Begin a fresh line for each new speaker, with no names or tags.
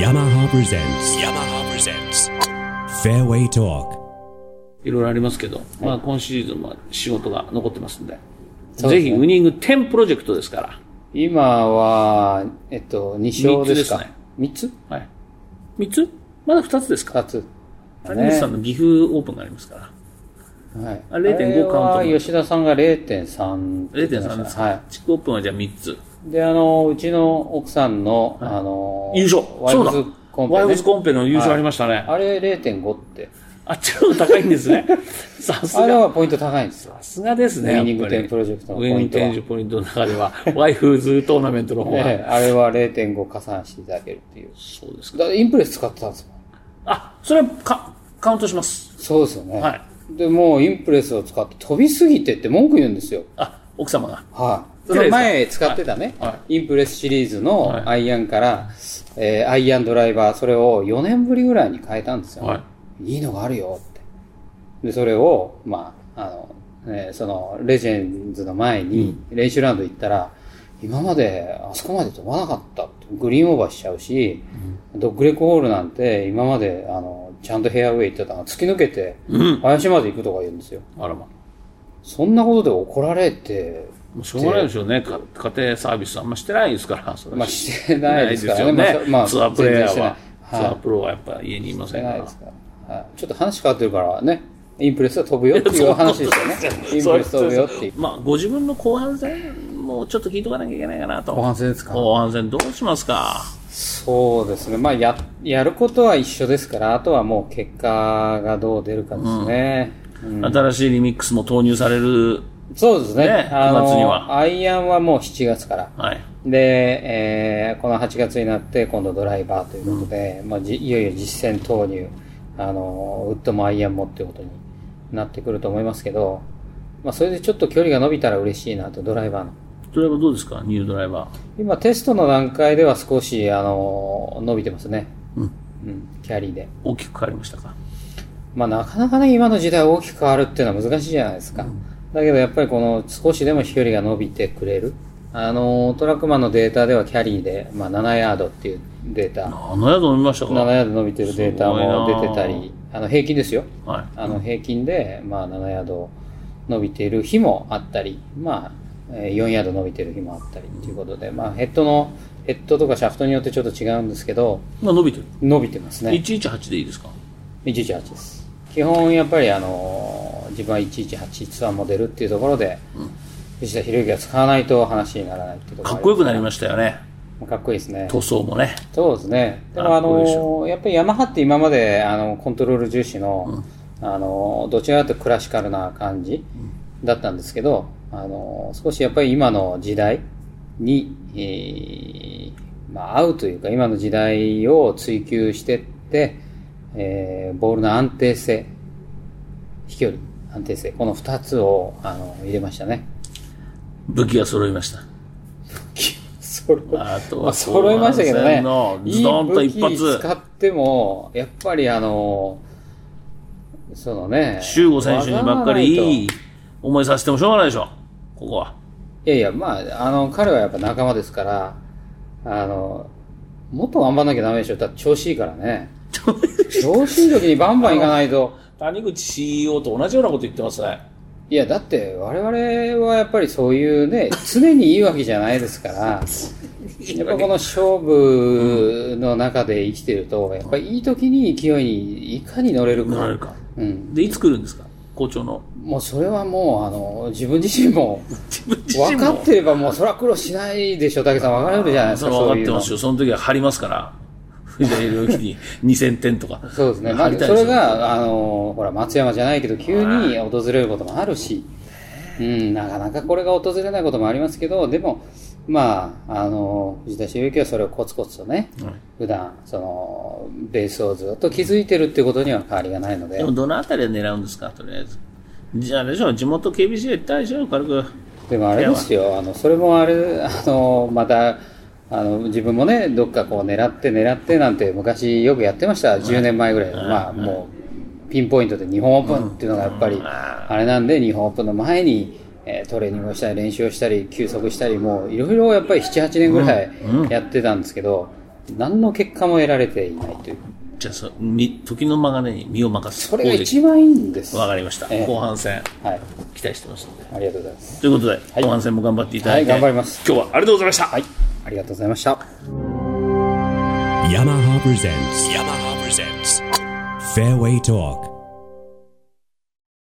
yamaha presents yamaha presents fairway talk
いろいろありますけど、まあ今シーズンも仕事が残ってますんで、ぜひウイニング10プロジェクトですから、
今は、えっと、2勝ですか。3つ
はい。3つまだ2つですか
?2 つ。
谷口さんの岐阜オープンがありますから。
はい。
あ0.5カウント
あれは吉田さんが0.3って言ってました
0.3ですか、
は
地区オープンはじゃあ3つ。
い。で、あの、うちの奥さんの、あの、
優勝
ワイ
そう
ル
だ
ズコンペ、ね。
ワイルズコンペの優勝ありましたね。
あれ0.5って。
あっちの方が高いんです ね。さす
あれ
が。
はポイント高いんですよ
さ。すがですね。
ウイニング
やっぱり
10プロジェクトの
ウ
ポ
イニ
イ
ン
ン
グ
トは
10ポイントの中で は、ワイフーズトーナメントの方
ええ
が。
あれは0.5加算していただけるっていう。
そうですか。
だからインプレス使ってたんですもん。
あ、それはかカウントします。
そうですよね。
はい
で、もうインプレスを使って飛びすぎてって文句言うんですよ。
あ、奥様が。
はい。
そ
そ
れですか
の前使ってたね、
は
インプレスシリーズ
はい
のアイアンから、えーアイアンドライバー、それを4年ぶりぐらいに変えたんですよ。、
はい
いのがあるよって。で、それを、まあ、あの、えーその、レジェンズの前に練習ラウンド行ったら、今まであそこまで飛ばなかったって。グリーンオーバーしちゃうし、ドッグレッグホールなんて今まで、あの、ちゃんとヘアウェイ行ってたのが突き抜けて、林まで行くとか言うんですよ。
あらま。
そんなことで怒られて、
もうしょうがないでしょうね。か家庭サービスあんましてないですから。それは
まあしてないですからね
ないですよ
まあまあ
ツアープレイヤーは。ツ
全然してない
アープロはやっぱ家にいま
じ
せ
ゃ
んか
ないで
ら
す。から、はい、ちょっと話変わってるからね、インプレスは飛ぶよっていう話ですよね。 インプレス飛ぶよっていう。
まあ、ご自分の後半戦もちょっと聞いとかなきゃいけないかなと。
後半戦ですか
後半戦どうしますか
そうですね。まあや、やることは一緒ですから、あとはもう結果がどう出るかですね。うん
新しいリミックスも投入される。
そうですね。
ね
あ
九月に
の、
は
アイアンはもう7月から。
はい。
で、えーこの8月になって今度ドライバーということで、まあ、じいよいよ実戦投入、あの、ウッドもアイアンもっていうことになってくると思いますけど、まあ、それでちょっと距離が伸びたら嬉しいなと、ドライバーの。
ドライバーどうですかニュードライバ
今、テストの段階では少し、あの、伸びてますね。
ー。うん。
うん、キャリーで。
大きく変わりましたか
まあ、なかなかね、今の時代大きく変わるっていうのは難しいじゃないですか。だけど、やっぱりこの少しでも飛距離が伸びてくれる。あの、トラックマンのデータではキャリーで、まあ、7ヤードっていうデータ。
あの宿飲みましたか
7ヤード伸びてるデータも出てた
すごい
り、あの平均ですよ。
はい。
あの平均で、まあ、7ヤード伸びている日もあったり、まあ、えー4ヤード伸びている日もあったりということで、まあ、ヘッドの、ヘッドとかシャフトによってちょっと違うんですけど、
まあ伸びてる。
伸びてますね。
118でいいですか
118です。基本、やっぱり、あのー、自分は118ツアーモデルっていうところで、藤田博之が使わないと話にならないっていうところ
かっこよくなり
ま
ましたよね。
す。かっこいいですね。
塗装もね。
そうですね。でも
あ
あ
どうでし
の、やっぱりヤマハって今まであのコントロール重視の、あの、どちらかというとクラシカルな感じだったんですけど、あの、少しやっぱり今の時代に、えーまあ合うというか今の時代を追求してって、えーボールの安定性、飛距離、安定性、この二つをあの入れました ね。
武器が揃いました。
それ
あと
ま
は
あ、揃いましたけどね。
ズドンと一
いい武器使
発。
っても、やっぱりあの、そのね。
周吾選手にばっかりい
い
い思いさせてもしょうがないでしょ。ここは。
やいや、まあ、あの、彼はやっぱ仲間ですから、あの、もっと頑張んなきゃダメでしょ。だって調子いいからね。調子いい時にバンバン行かないと。
谷口 CEO と同じようなこと言ってますね。
いや、だって我々はやっぱりそういうね、常にいいわけじゃないで すから、やっぱこの勝負の中で生きてると、やっぱりいい時に勢いにいかに乗れる
な
か。
れるか。
うん。
で、いつ来るんですか校長の。
もうそれはもう、あの、自分自身も、分かってればもうそれは苦労しないでしょ、武さん。分かれるじゃないです
そ
か、
れ
そ
は
う
分か
い
っ
う
て
の。
ますよ。その時は張りますから。藤田裕之に2000点とか。
そうですね。まあ、
張りたい
そ
です
れ
よ
が、あの、ほら、松山じゃないけど、急に訪れることもあるし、うん、なかなかこれが訪れないこともありますけど、でも、まあ、あの、藤田修之はそれをコツコツとね、普段、その、ベースをずっと築いてるってことには変わりがないの
で
で
も、、どのあたりを狙うんですかとりあえず。じゃあ、あれでしょ、地元 KBC 行ったでしょ、軽く。
でもあれですよ、あのそれもあれ、あのまたあの自分もね、どっかこう狙って狙ってなんて昔よくやってました、10年前ぐらい、まあもうピンポイントで日本オープンっていうのがやっぱり、あれなんで、日本オープンの前に、えートレーニングをしたり、練習をしたり、休息したり、もういろいろやっぱり7、8年ぐらいやってたんですけど、何の結果も得られていないという。
じゃあそ、み時の流れに身を任す。
それが一番いいんです。
わか
は
りました。
ええ
後半戦、
い。
期待してますので。
ありがとうございます。
ということで、
い
後半戦も頑張っていただいて、
はい頑張ります
今日はありがとうございました。はい。
ありがとうございました。
Yamaha presents. Yamaha presents. Fairway Talk.